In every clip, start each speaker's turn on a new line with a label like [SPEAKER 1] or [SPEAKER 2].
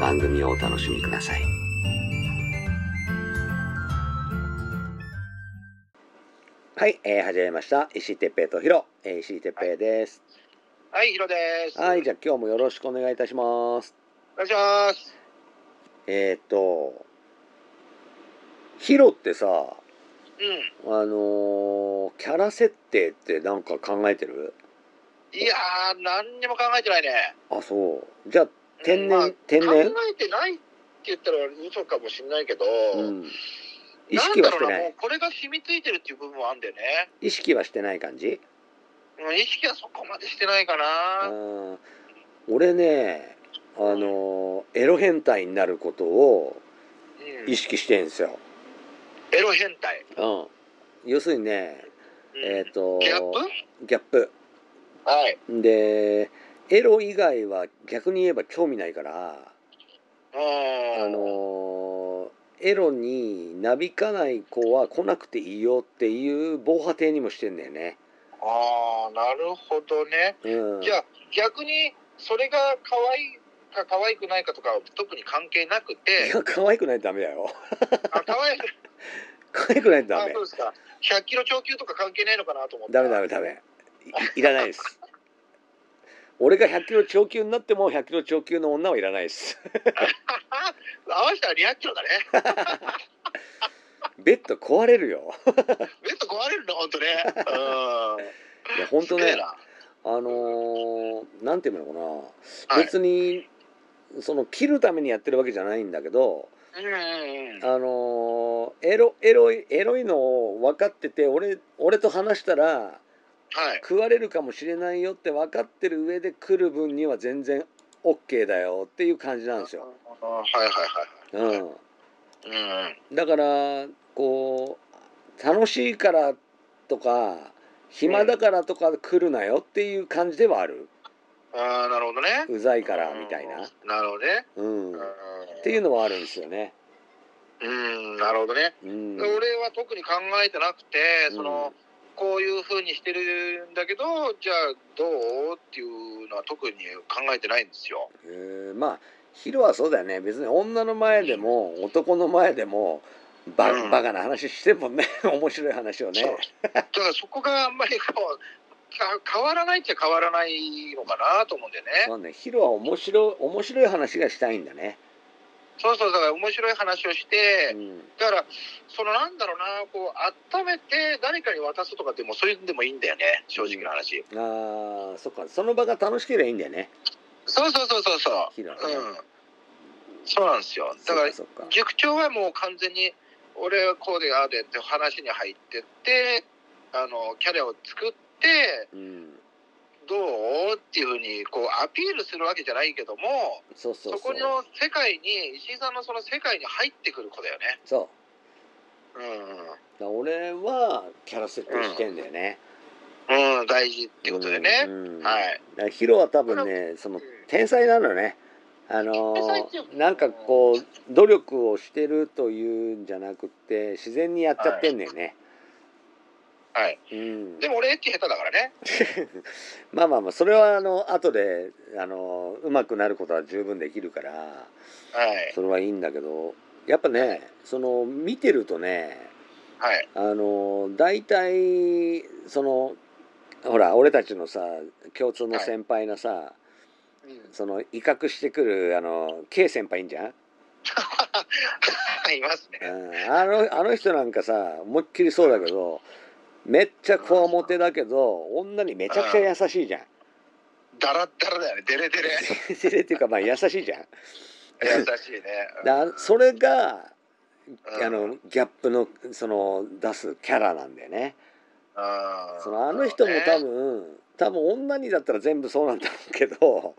[SPEAKER 1] 番組をお楽しみください。はい、えー、始めました。石井哲平とヒロ、えー石井哲平です。
[SPEAKER 2] はい、ヒロです。
[SPEAKER 1] はい、じ
[SPEAKER 2] ゃ
[SPEAKER 1] ゃあ今日もよろしくお願いいたします。
[SPEAKER 2] お願いします。
[SPEAKER 1] えーっ、と、ヒロってさ、あ
[SPEAKER 2] う
[SPEAKER 1] のーキャラ設定ってなんか考えてる
[SPEAKER 2] ん。いやー、何にも考えてないね。
[SPEAKER 1] あ、そう。じゃあ、天然
[SPEAKER 2] うんまあ
[SPEAKER 1] 天然
[SPEAKER 2] 考えてないって言ったら嘘かもしれないけど、
[SPEAKER 1] うん、意識はして
[SPEAKER 2] んだろう
[SPEAKER 1] な
[SPEAKER 2] も
[SPEAKER 1] いう
[SPEAKER 2] これが染みついてるっていう部分はあるんだよね。
[SPEAKER 1] 意識はしてない感じ
[SPEAKER 2] うん意識はそこまでしてないか
[SPEAKER 1] あ
[SPEAKER 2] な。
[SPEAKER 1] ー俺ねあのーエロ変態になることを
[SPEAKER 2] うん
[SPEAKER 1] 意識してんすよ、
[SPEAKER 2] エロ変態。
[SPEAKER 1] うん、要するにね
[SPEAKER 2] うん
[SPEAKER 1] えっ、と
[SPEAKER 2] ギャップ
[SPEAKER 1] ギャップ
[SPEAKER 2] はい。
[SPEAKER 1] でエロ以外は逆に言えば興味ないから
[SPEAKER 2] あ
[SPEAKER 1] あのーエロになびかない子は来なくていいよっていう防波堤にもしてんだよね、
[SPEAKER 2] あー、なるほどね。
[SPEAKER 1] うん、
[SPEAKER 2] じゃあ、逆にそれが可愛いか可愛くないかとかは特に関係なく
[SPEAKER 1] い
[SPEAKER 2] て、
[SPEAKER 1] や可愛くないとダメだよ
[SPEAKER 2] あ可愛い
[SPEAKER 1] 可愛くないとダ
[SPEAKER 2] あ
[SPEAKER 1] メ
[SPEAKER 2] そうですか100キロ超級とか関係ないのかなと思って
[SPEAKER 1] ダメダメダメいいらないです俺が100キロ超級になっても100キロ超級の女はいらないです
[SPEAKER 2] 合わせたら200キロだね
[SPEAKER 1] ベッド壊れるよ
[SPEAKER 2] ベッド壊れるの本当ね
[SPEAKER 1] いや
[SPEAKER 2] うん
[SPEAKER 1] 本当
[SPEAKER 2] すげえ
[SPEAKER 1] ね
[SPEAKER 2] な
[SPEAKER 1] あのーなんていうのかな、
[SPEAKER 2] はい
[SPEAKER 1] 別にその切るためにやってるわけじゃないんだけど
[SPEAKER 2] うんうんうん
[SPEAKER 1] あのーエロエロいエロいのを分かってて俺俺と話したら
[SPEAKER 2] はい
[SPEAKER 1] 食われるかもしれないよって分かってる上で来る分には全然 OK だよっていう感じなんですよ。
[SPEAKER 2] あはいはいはいは
[SPEAKER 1] う
[SPEAKER 2] い
[SPEAKER 1] ん
[SPEAKER 2] うんうん
[SPEAKER 1] だからこう楽しいからとか暇だからとか来るなよっていう感じではある
[SPEAKER 2] あーなるほどね
[SPEAKER 1] うざいからみたいな、
[SPEAKER 2] うんなるほどね
[SPEAKER 1] うん、っ
[SPEAKER 2] って
[SPEAKER 1] いう
[SPEAKER 2] の
[SPEAKER 1] のはあるんですよね。
[SPEAKER 2] うんなるほどね
[SPEAKER 1] うん、
[SPEAKER 2] 俺は特に考えてなくてそ
[SPEAKER 1] うん
[SPEAKER 2] のこういう風にしてるんだけどじゃあどうっていうのは特に考えてないんですよ
[SPEAKER 1] えーまあヒロはそうだよね別に女の前でも男の前でもバ,、
[SPEAKER 2] うん
[SPEAKER 1] バカな話してもね 面白い話をね
[SPEAKER 2] そうだからそこがあんまりこうか変わらないっちゃ変わらないのかなと思うんでね
[SPEAKER 1] まあねヒロは面白い面白い話がしたいんだね。
[SPEAKER 2] そうそうだから面白い話をして
[SPEAKER 1] うん
[SPEAKER 2] だからそのなんだろうなこう温めて誰かに渡すとかってもうそういうのでもいいんだよね正直な話、
[SPEAKER 1] あーそっかその場が楽しければいいんだよね
[SPEAKER 2] そうそうそうそうそ
[SPEAKER 1] ヒロはね
[SPEAKER 2] ううんそうなんですよだから
[SPEAKER 1] そっかそっか
[SPEAKER 2] 塾長はもう完全に俺はこうでああでって話に入ってってあのキャリアを作って
[SPEAKER 1] うん、
[SPEAKER 2] どうっていうふうにこうアピールするわけじゃないけども
[SPEAKER 1] そうそうそう
[SPEAKER 2] そこの世界に石井さんのその世界に入ってくる子だよね。
[SPEAKER 1] そうだか
[SPEAKER 2] う
[SPEAKER 1] ら俺はキャラ設定してんだよね。
[SPEAKER 2] ん、うん、大事ってことでね。
[SPEAKER 1] うん
[SPEAKER 2] は
[SPEAKER 1] だ
[SPEAKER 2] い。
[SPEAKER 1] からヒロは多分ねその天才なのね。あの
[SPEAKER 2] 天才っていうか
[SPEAKER 1] なんかこう努力をしてるというんじゃなくて自然にやっちゃってんだよね。
[SPEAKER 2] はい。
[SPEAKER 1] うん、
[SPEAKER 2] でも俺エッチ下手だからね。
[SPEAKER 1] まあまあまあそれはあの後であのうまくなることは十分できるから
[SPEAKER 2] はい。
[SPEAKER 1] それはいいんだけどやっぱねその見てるとね
[SPEAKER 2] はい。
[SPEAKER 1] あの大体そのほら俺たちのさ共通の先輩のさ、
[SPEAKER 2] うん
[SPEAKER 1] その威嚇してくるあの K 先輩いんじゃん
[SPEAKER 2] いますね。
[SPEAKER 1] うんあのあの人なんかさ思いっきりそうだけどめっちゃこわもてだけど女にめちゃくちゃ優しいじゃん。
[SPEAKER 2] だらだらだよね。デレ デレ。
[SPEAKER 1] それっていうかまあ優しいじゃん。
[SPEAKER 2] 優しいね。うん
[SPEAKER 1] だそれが
[SPEAKER 2] うん
[SPEAKER 1] あのギャップのその出すキャラなんだよね。
[SPEAKER 2] あー
[SPEAKER 1] そのあの人も多分、多分女にだったら全部そうなんだろうけど
[SPEAKER 2] そ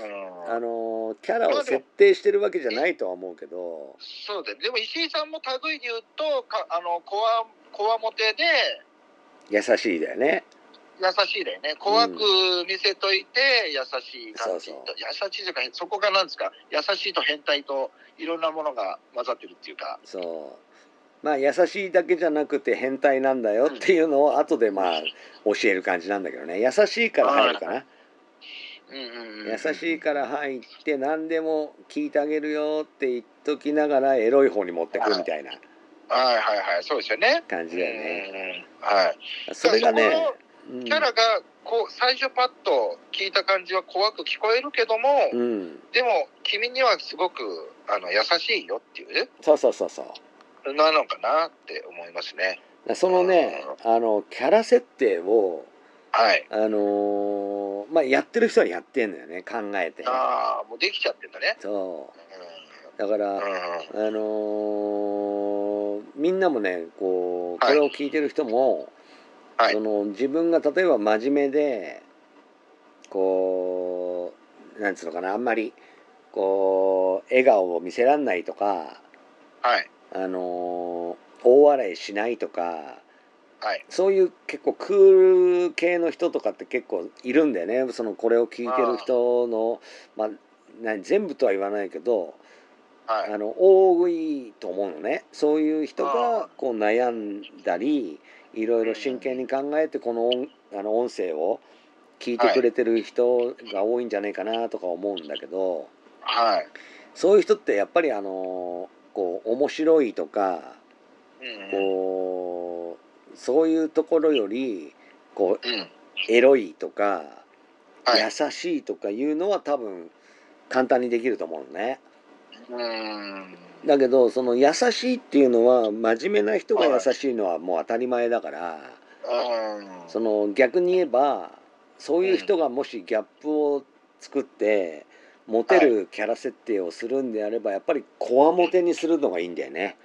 [SPEAKER 2] うねうん
[SPEAKER 1] あのキャラを設定してるわけじゃないとは思うけど
[SPEAKER 2] そうででも石井さんも類に言うとかあのこわこわもてで
[SPEAKER 1] 優しいだよね。
[SPEAKER 2] 優しいだよね怖く見せといて優しい感じと、
[SPEAKER 1] そう
[SPEAKER 2] 優しいというかそこがなんですか優しいと変態といろんなものが混ざってるっていうか
[SPEAKER 1] そうまあ優しいだけじゃなくて変態なんだよっていうのを後でまあ教える感じなんだけどね優しいから入るかな
[SPEAKER 2] うんうんうん
[SPEAKER 1] 優しいから入って何でも聞いてあげるよって言っときながらエロい方に持ってくみたいな
[SPEAKER 2] はいはいはいそうですよね
[SPEAKER 1] 感じだよね
[SPEAKER 2] うんはい
[SPEAKER 1] それが
[SPEAKER 2] だから
[SPEAKER 1] ね
[SPEAKER 2] そこのキャラがこう最初パッと聞いた感じは怖く聞こえるけども、
[SPEAKER 1] うんうん
[SPEAKER 2] でも君にはすごくあの優しいよっていう
[SPEAKER 1] そうそうそうそう
[SPEAKER 2] なのかなって思いますね
[SPEAKER 1] そのねあのキャラ設定を
[SPEAKER 2] はい
[SPEAKER 1] あのーまあやってる人はやってんだよね考えて
[SPEAKER 2] ああもうできちゃってんだね
[SPEAKER 1] そううだから、
[SPEAKER 2] ん、うん
[SPEAKER 1] あのーみんなもねこうこ
[SPEAKER 2] はい
[SPEAKER 1] れを聞いてる人も、
[SPEAKER 2] はい
[SPEAKER 1] その自分が例えば真面目でこうなんつうのかなあんまりこう笑顔を見せらんないとか、
[SPEAKER 2] はい
[SPEAKER 1] あのー大笑いしないとか
[SPEAKER 2] はい
[SPEAKER 1] そういう結構クール系の人とかって結構いるんだよねそのこれを聞いてる人のまあな全部とは言わないけど
[SPEAKER 2] はい
[SPEAKER 1] あの多いと思うのねそういう人
[SPEAKER 2] あ
[SPEAKER 1] が
[SPEAKER 2] ー
[SPEAKER 1] こう悩んだりいろいろ真剣に考えてこの音あの音声を聞いてくれてる人が多いんじゃないかなとか思うんだけど
[SPEAKER 2] はい
[SPEAKER 1] そういう人ってやっぱりあのこう面白いとか
[SPEAKER 2] うん
[SPEAKER 1] こうそういうところよりこ
[SPEAKER 2] うん
[SPEAKER 1] うエロいとか
[SPEAKER 2] はい
[SPEAKER 1] 優しいとかいうのは多分簡単にできると思うのね。
[SPEAKER 2] うん
[SPEAKER 1] だけどその優しいっていうのは真面目な人が優しいのはもう当たり前だから
[SPEAKER 2] うん
[SPEAKER 1] その逆に言えばそういう人がもしギャップを作ってモテるキャラ設定をするんであればやっぱりこわもてにするのがいいんだよね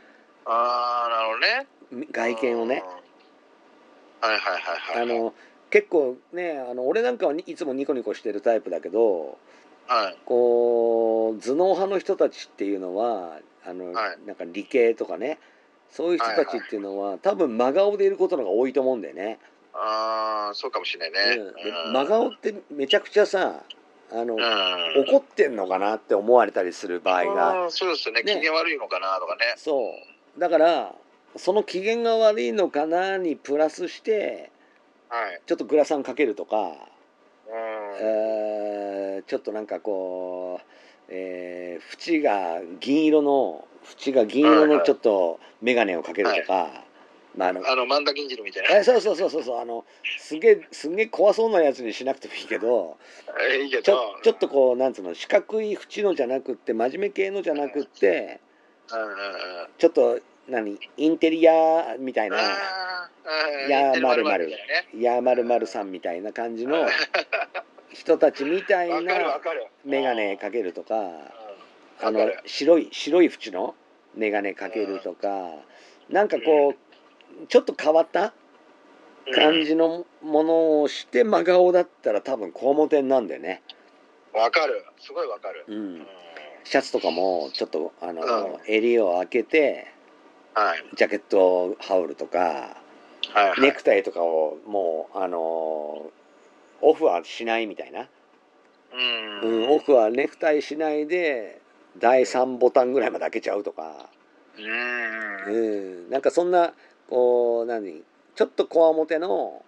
[SPEAKER 2] ああなるほどね
[SPEAKER 1] 外見をね。
[SPEAKER 2] うんはいはいはいはい
[SPEAKER 1] あの結構ねあの俺なんかはいつもニコニコしてるタイプだけど
[SPEAKER 2] はい
[SPEAKER 1] こう頭脳派の人たちっていうのはあの、
[SPEAKER 2] はい
[SPEAKER 1] なんか理系とかねそういう人たちっていうのは、多分真顔でいることの方が多いと思うんだよね。
[SPEAKER 2] ああそうかもしれないね
[SPEAKER 1] うんで真顔ってめちゃくちゃさあの、
[SPEAKER 2] うん
[SPEAKER 1] 怒ってんのかなって思われたりする場合が、
[SPEAKER 2] うんそうですよね
[SPEAKER 1] ね
[SPEAKER 2] 機嫌悪いのかなとかね
[SPEAKER 1] そうだからその機嫌が悪いのかなにプラスして
[SPEAKER 2] はい
[SPEAKER 1] ちょっとグラサンかけるとか、
[SPEAKER 2] うん
[SPEAKER 1] えーちょっとなんかこう、えー縁が銀色の縁が銀色
[SPEAKER 2] はい
[SPEAKER 1] の
[SPEAKER 2] はい
[SPEAKER 1] ちょっと眼鏡をかけるとか、まああの
[SPEAKER 2] あの万田銀次郎みたいな
[SPEAKER 1] えそうそうそうそうそうあのすげえすげえ怖そうなやつにしなくてもいいけど。
[SPEAKER 2] えいいけど
[SPEAKER 1] ちょちょっとこうなんつうの四角い縁のじゃなくって真面目系のじゃなくって
[SPEAKER 2] うんうんうん
[SPEAKER 1] ちょっと何インテリアみたいな
[SPEAKER 2] あーうん
[SPEAKER 1] いやー
[SPEAKER 2] 言って
[SPEAKER 1] まる
[SPEAKER 2] る
[SPEAKER 1] まる
[SPEAKER 2] だよね
[SPEAKER 1] いやまるまるさんみたいな感じの人たちみた
[SPEAKER 2] わ
[SPEAKER 1] い
[SPEAKER 2] かるわ
[SPEAKER 1] な
[SPEAKER 2] かる
[SPEAKER 1] 眼鏡かけるとか
[SPEAKER 2] う
[SPEAKER 1] あ
[SPEAKER 2] ん
[SPEAKER 1] の
[SPEAKER 2] わかる
[SPEAKER 1] 白い白い縁の眼鏡かけるとかなんかこうちょっと変わった感じのものをして真顔だったら多分こわもてになんでね。
[SPEAKER 2] うんわかるすごいわかる
[SPEAKER 1] う
[SPEAKER 2] うんん
[SPEAKER 1] シャツとかもちょっとあの、
[SPEAKER 2] うん
[SPEAKER 1] 襟を開けて
[SPEAKER 2] はい
[SPEAKER 1] ジャケットを羽織るとか
[SPEAKER 2] はいはい
[SPEAKER 1] ネクタイとかをもうあのオフはしないみたいな、
[SPEAKER 2] うん
[SPEAKER 1] うん、オフはネクタイしないで第3ボタンぐらいまで開けちゃうとか、
[SPEAKER 2] うん
[SPEAKER 1] うん、なんかそんなこう何ちょっとこわもての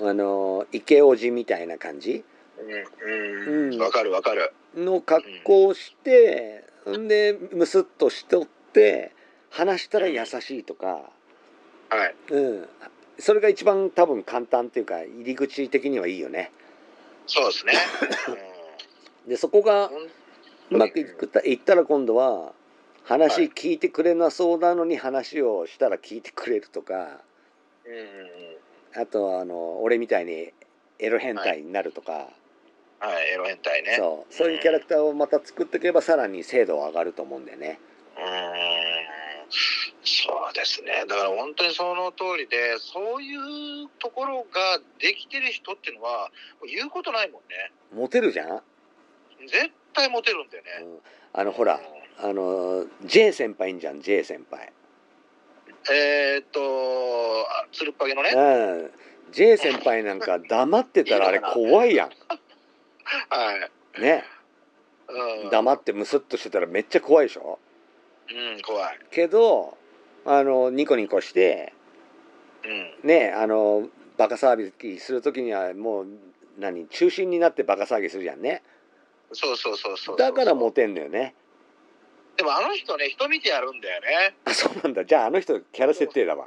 [SPEAKER 1] あのイケオジみたいな感じ
[SPEAKER 2] うん
[SPEAKER 1] う
[SPEAKER 2] うんんわかるわかる
[SPEAKER 1] の格好をして、ん、でムスッとしとって話したら優しいとか、
[SPEAKER 2] はい
[SPEAKER 1] うん、それが一番多分簡単っていうか入り 口的にはいいよね。
[SPEAKER 2] そうですね
[SPEAKER 1] でそこが
[SPEAKER 2] うん
[SPEAKER 1] うまくいくたいったら今度は話聞いてくれなそうなのに話をしたら聞いてくれるとか
[SPEAKER 2] うんうん
[SPEAKER 1] あとはあの俺みたいにエロ変態になるとか、
[SPEAKER 2] はい、エロ変態ね。う
[SPEAKER 1] そうそういうキャラクターをまた作っていけばさらに精度は上がると思うんだよね。
[SPEAKER 2] ーん。そうですね。だから本当にその通りで、そういうところができてる人っていうのは、言うことないもんね。
[SPEAKER 1] モテるじゃん、うん
[SPEAKER 2] 絶対モテるんだよね。
[SPEAKER 1] あのほらあの J 先輩いんじゃん J 先輩。
[SPEAKER 2] えーっと、あつるっぱげのね。
[SPEAKER 1] うん J 先輩なん か黙ってたらあれ怖いや
[SPEAKER 2] はい。
[SPEAKER 1] ん。ね
[SPEAKER 2] うん。
[SPEAKER 1] 黙ってムスッとしてたらめっちゃ怖いでしょ
[SPEAKER 2] うん、怖い。
[SPEAKER 1] けどあのニコニコして
[SPEAKER 2] うん。
[SPEAKER 1] ねあのバカ騒ぎする時にはもう何中心になってバカ騒ぎするじゃんね
[SPEAKER 2] そうそうそうそう。
[SPEAKER 1] だからモテんのよね
[SPEAKER 2] でもあの人ね、人見てやるんだよね。
[SPEAKER 1] あそうなんだじゃああの人キャラ設定だわ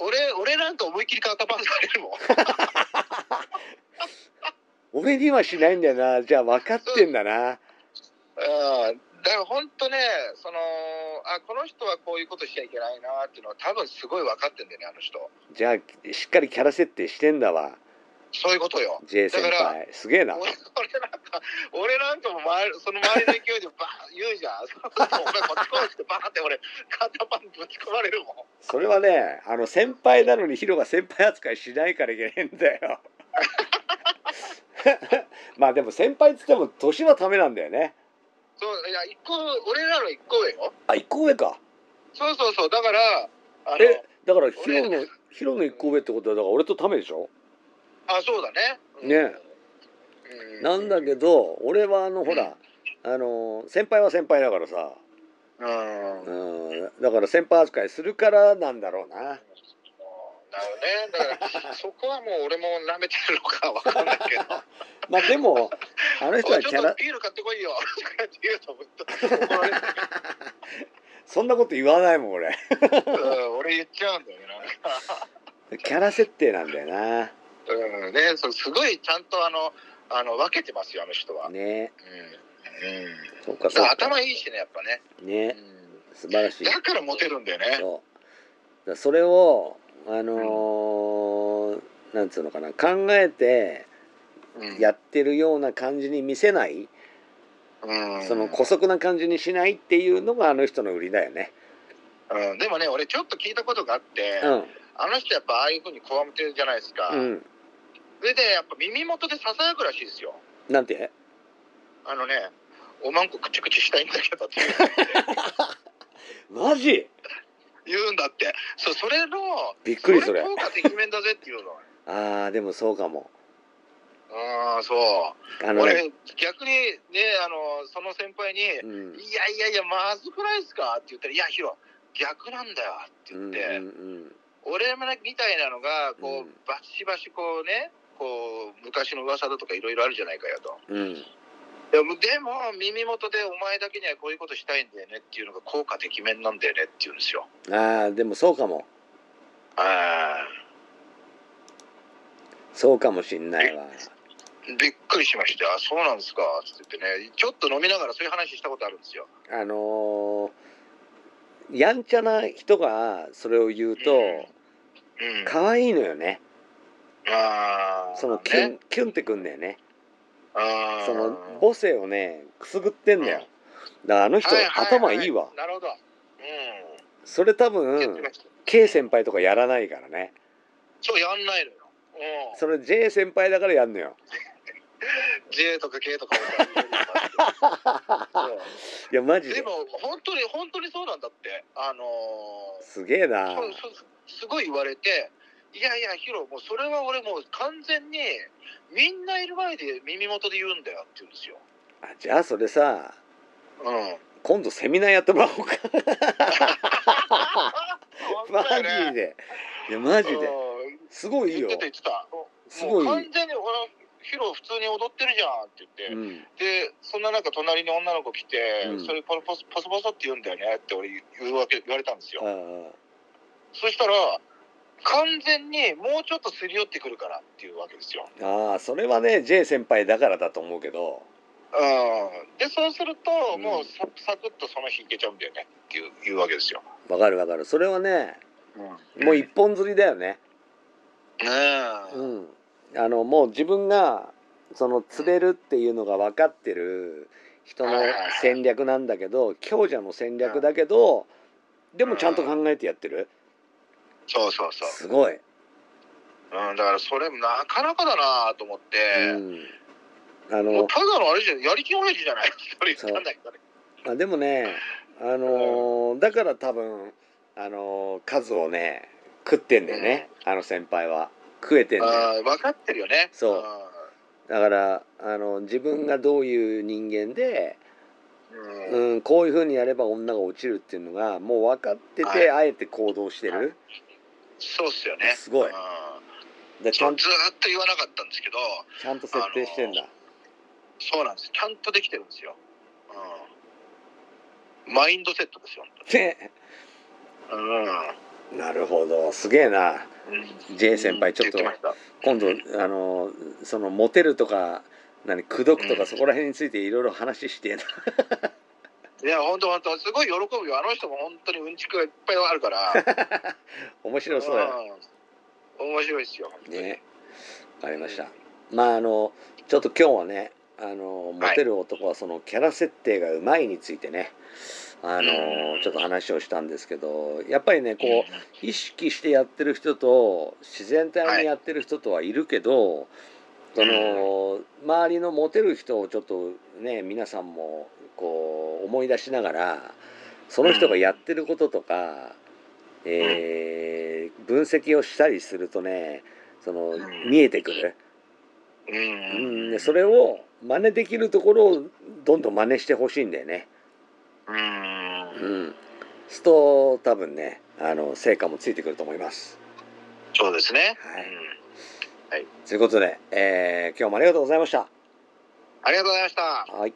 [SPEAKER 2] 俺、俺なんか思いっきりカウターパンチされる もん。
[SPEAKER 1] 俺にはしないんだよなじゃあ分かってんだな
[SPEAKER 2] うんだから本当ね、そのあこの人はこういうことしちゃいけないなっていうのは多分すごい分かってんだよねあの人
[SPEAKER 1] じゃあしっかりキャラ設定してんだわ
[SPEAKER 2] そういうことよ
[SPEAKER 1] J 先
[SPEAKER 2] だか
[SPEAKER 1] 輩すげえな
[SPEAKER 2] 俺俺なんか俺なんかも周りその周りの勢いでバーン言うじゃんそうするとお前こっちこうしてバーンって俺肩パンぶち込まれるもん
[SPEAKER 1] それはねあの先輩なのにヒロが先輩扱いしないからいけないんだ よまあでも先輩っつっても年はためなんだよね
[SPEAKER 2] そういや一個俺らの一個上よ
[SPEAKER 1] あ一個上か
[SPEAKER 2] そうそうそうだからあの
[SPEAKER 1] えだからヒロのヒロの一個上ってことはだから俺とためでしょ
[SPEAKER 2] あそうだねう
[SPEAKER 1] ね
[SPEAKER 2] う
[SPEAKER 1] なんだけど俺はあのほらあの先輩は先輩だからさ
[SPEAKER 2] うん
[SPEAKER 1] うんだから先輩扱いするからなんだろうな
[SPEAKER 2] なるねだからそこはもう俺も舐めてるのか分かんない けど
[SPEAKER 1] まあでもあの人
[SPEAKER 2] おい
[SPEAKER 1] は
[SPEAKER 2] ちょっ
[SPEAKER 1] キャ
[SPEAKER 2] と
[SPEAKER 1] ラ
[SPEAKER 2] ビール買ってこいよとかって言うと思った怒られる
[SPEAKER 1] そんなこと言わないもん俺
[SPEAKER 2] うん俺言っちゃうんだよねなんか
[SPEAKER 1] キャラ設定なんだよな
[SPEAKER 2] うんねそうすごいちゃんとあのあの分けてますよあの人は、
[SPEAKER 1] ね
[SPEAKER 2] うんうん、
[SPEAKER 1] そうか
[SPEAKER 2] だか
[SPEAKER 1] そう
[SPEAKER 2] ら
[SPEAKER 1] か
[SPEAKER 2] 頭いいしねやっぱね、
[SPEAKER 1] ね
[SPEAKER 2] う
[SPEAKER 1] 素晴らし
[SPEAKER 2] ん、
[SPEAKER 1] い
[SPEAKER 2] だからモテるんだよね
[SPEAKER 1] そうだからそれをあのーなんつうのかな考えて
[SPEAKER 2] うん
[SPEAKER 1] やってるような感じに見せない
[SPEAKER 2] うん
[SPEAKER 1] その姑息な感じにしないっていうのがあの人の売りだよね
[SPEAKER 2] うん、でもね俺ちょっと聞いたことがあって、
[SPEAKER 1] うん
[SPEAKER 2] あの人やっぱああいうふうにこわもてるじゃないですか、
[SPEAKER 1] うん
[SPEAKER 2] それでやっぱ耳元でささやくらしいですよ
[SPEAKER 1] なんて
[SPEAKER 2] あのねおまんこくちくちしたいんだけどって
[SPEAKER 1] マジ
[SPEAKER 2] 言うんだって そうそれの
[SPEAKER 1] びっくりそれ
[SPEAKER 2] 効果てきめんだぜっていうの
[SPEAKER 1] あーでもそうかも
[SPEAKER 2] うんそう
[SPEAKER 1] あのね
[SPEAKER 2] 俺逆にねあのその先輩に
[SPEAKER 1] う
[SPEAKER 2] 「
[SPEAKER 1] ん
[SPEAKER 2] いやいやいやまずくないですか?」って言ったら「いやヒロ逆なんだよ」って
[SPEAKER 1] うんう
[SPEAKER 2] 言っ
[SPEAKER 1] ん
[SPEAKER 2] て、
[SPEAKER 1] うん
[SPEAKER 2] 俺みたいなのがこう、
[SPEAKER 1] うん
[SPEAKER 2] バシバシこうねこう昔の噂だとかいろいろあるじゃないかよと
[SPEAKER 1] うん
[SPEAKER 2] でもでも耳元で「お前だけにはこういうことしたいんだよね」っていうのが効果てきめんなんだよねって言うんですよ
[SPEAKER 1] あーでもそうかも
[SPEAKER 2] あ
[SPEAKER 1] そうかもしんないわ
[SPEAKER 2] ーびっくりしましたあそうなんですか」って言ってねちょっと飲みながらそういう話したことあるんですよ
[SPEAKER 1] あのーやんちゃな人がそれを言うと
[SPEAKER 2] うん
[SPEAKER 1] 可愛いのよね
[SPEAKER 2] あー
[SPEAKER 1] そのキュン、
[SPEAKER 2] ね
[SPEAKER 1] キュンってくんだよね
[SPEAKER 2] あー
[SPEAKER 1] その母性をねくすぐってんだよ
[SPEAKER 2] うん
[SPEAKER 1] だからあの人、
[SPEAKER 2] はいはい
[SPEAKER 1] 頭いいわ
[SPEAKER 2] なるほどう
[SPEAKER 1] それ多
[SPEAKER 2] ん、やって
[SPEAKER 1] 分
[SPEAKER 2] ました
[SPEAKER 1] K 先輩とかやらないからね
[SPEAKER 2] そうやんないのようん
[SPEAKER 1] それ J 先輩だからやんのよ
[SPEAKER 2] J とか K と か
[SPEAKER 1] いやマ
[SPEAKER 2] う
[SPEAKER 1] ジ
[SPEAKER 2] んで
[SPEAKER 1] で
[SPEAKER 2] も本当に本当にそうなんだってあの
[SPEAKER 1] すげえな
[SPEAKER 2] ーそうそうすごい言われていやいやヒロもうそれは俺もう完全にみんないる前で耳元で言うんだよって言うんですよ
[SPEAKER 1] あじゃあそれさ
[SPEAKER 2] うん
[SPEAKER 1] 今度セミナーやってもらおうかマジでいやマジですごいいい
[SPEAKER 2] 言っ
[SPEAKER 1] よ
[SPEAKER 2] てた言ってた
[SPEAKER 1] すごい
[SPEAKER 2] もう完全に俺ヒロ普通に踊ってるじゃんって言って、
[SPEAKER 1] うん
[SPEAKER 2] でそんな中隣に女の子来て、
[SPEAKER 1] うん
[SPEAKER 2] それポロポソポソポソって言うんだよねって俺言うわけ言われたんですよ、
[SPEAKER 1] ああ
[SPEAKER 2] そしたら完全にもうちょっとすり寄ってくるからっていうわけですよ
[SPEAKER 1] ああそれはね J 先輩だからだと思うけど
[SPEAKER 2] うん、でそうすると、
[SPEAKER 1] うん
[SPEAKER 2] もうササクッとその日いけちゃうんだよねっていういうわけですよ。
[SPEAKER 1] わかるわかる。それはね、
[SPEAKER 2] うん
[SPEAKER 1] もう一本釣りだよね。
[SPEAKER 2] う
[SPEAKER 1] うんん。あの、もう自分が、その釣れるっていうのが分かってる人の戦略なんだけど、強者の戦略だけど、でもちゃんと考えてやってる。
[SPEAKER 2] そうそうそう、
[SPEAKER 1] すごい。
[SPEAKER 2] うん、だからそれなかなかだなと思って、
[SPEAKER 1] うん。あ
[SPEAKER 2] も
[SPEAKER 1] の
[SPEAKER 2] う、ただのあれじゃんやりき親父じゃない それ言ったんだけどね
[SPEAKER 1] あでもね、あのーだから多分、あのー数をね、食ってんだよね、あの先輩は。食えてんだよ。
[SPEAKER 2] あー分かってるよね
[SPEAKER 1] そうだから、あの、自分がどういう人間で、
[SPEAKER 2] うんうん
[SPEAKER 1] うん、こういうふうにやれば女が落ちるっていうのが、もう分かってて、
[SPEAKER 2] はい
[SPEAKER 1] あえて行動してる。
[SPEAKER 2] そうっすよね
[SPEAKER 1] すごい
[SPEAKER 2] うん
[SPEAKER 1] でち
[SPEAKER 2] そ
[SPEAKER 1] ゃ
[SPEAKER 2] うんずーっと言わなかったんですけど
[SPEAKER 1] ちゃんと設定してんだ。
[SPEAKER 2] そうなんですちゃんとできてるんですよ、うん、マインドセットですよ、
[SPEAKER 1] ね、
[SPEAKER 2] う
[SPEAKER 1] なるほど。すげえな。
[SPEAKER 2] ん、
[SPEAKER 1] J 先輩ちょっと
[SPEAKER 2] うん言てまし
[SPEAKER 1] 今度、あのーその、モテるとか、何、口説くと
[SPEAKER 2] う
[SPEAKER 1] か、
[SPEAKER 2] ん
[SPEAKER 1] そこら辺についていろいろ話してえな。
[SPEAKER 2] たいや本当本当すごい喜ぶよあの人も本当にうんちくがいっぱいあるから、
[SPEAKER 1] 面
[SPEAKER 2] う
[SPEAKER 1] 白
[SPEAKER 2] ん
[SPEAKER 1] そうや。、
[SPEAKER 2] 面白いですよ本当に
[SPEAKER 1] ね、わかりました。まああのちょっと今日はね、あのモテる男はそのキャラ設定がうまいについてね、あ
[SPEAKER 2] う
[SPEAKER 1] の
[SPEAKER 2] ん
[SPEAKER 1] ちょっと話をしたんですけど、やっぱりね
[SPEAKER 2] うん
[SPEAKER 1] こう意識してやってる人と自然体にやってる人とはいるけど、その周りのモテる人をちょっとね皆さんもこう思い出しながらその人がやってることとか、えー分析をしたりするとねその
[SPEAKER 2] うん
[SPEAKER 1] 見えてくる、う
[SPEAKER 2] うんん
[SPEAKER 1] でそれを真似できるところをどんどん真似してほしいんだよね。
[SPEAKER 2] うん
[SPEAKER 1] うん、すると多分ねあの成果もついてくると思います。
[SPEAKER 2] そうですね、
[SPEAKER 1] はい
[SPEAKER 2] うん
[SPEAKER 1] ということで、えー今日もありがとうございました。
[SPEAKER 2] ありがとうございました
[SPEAKER 1] はい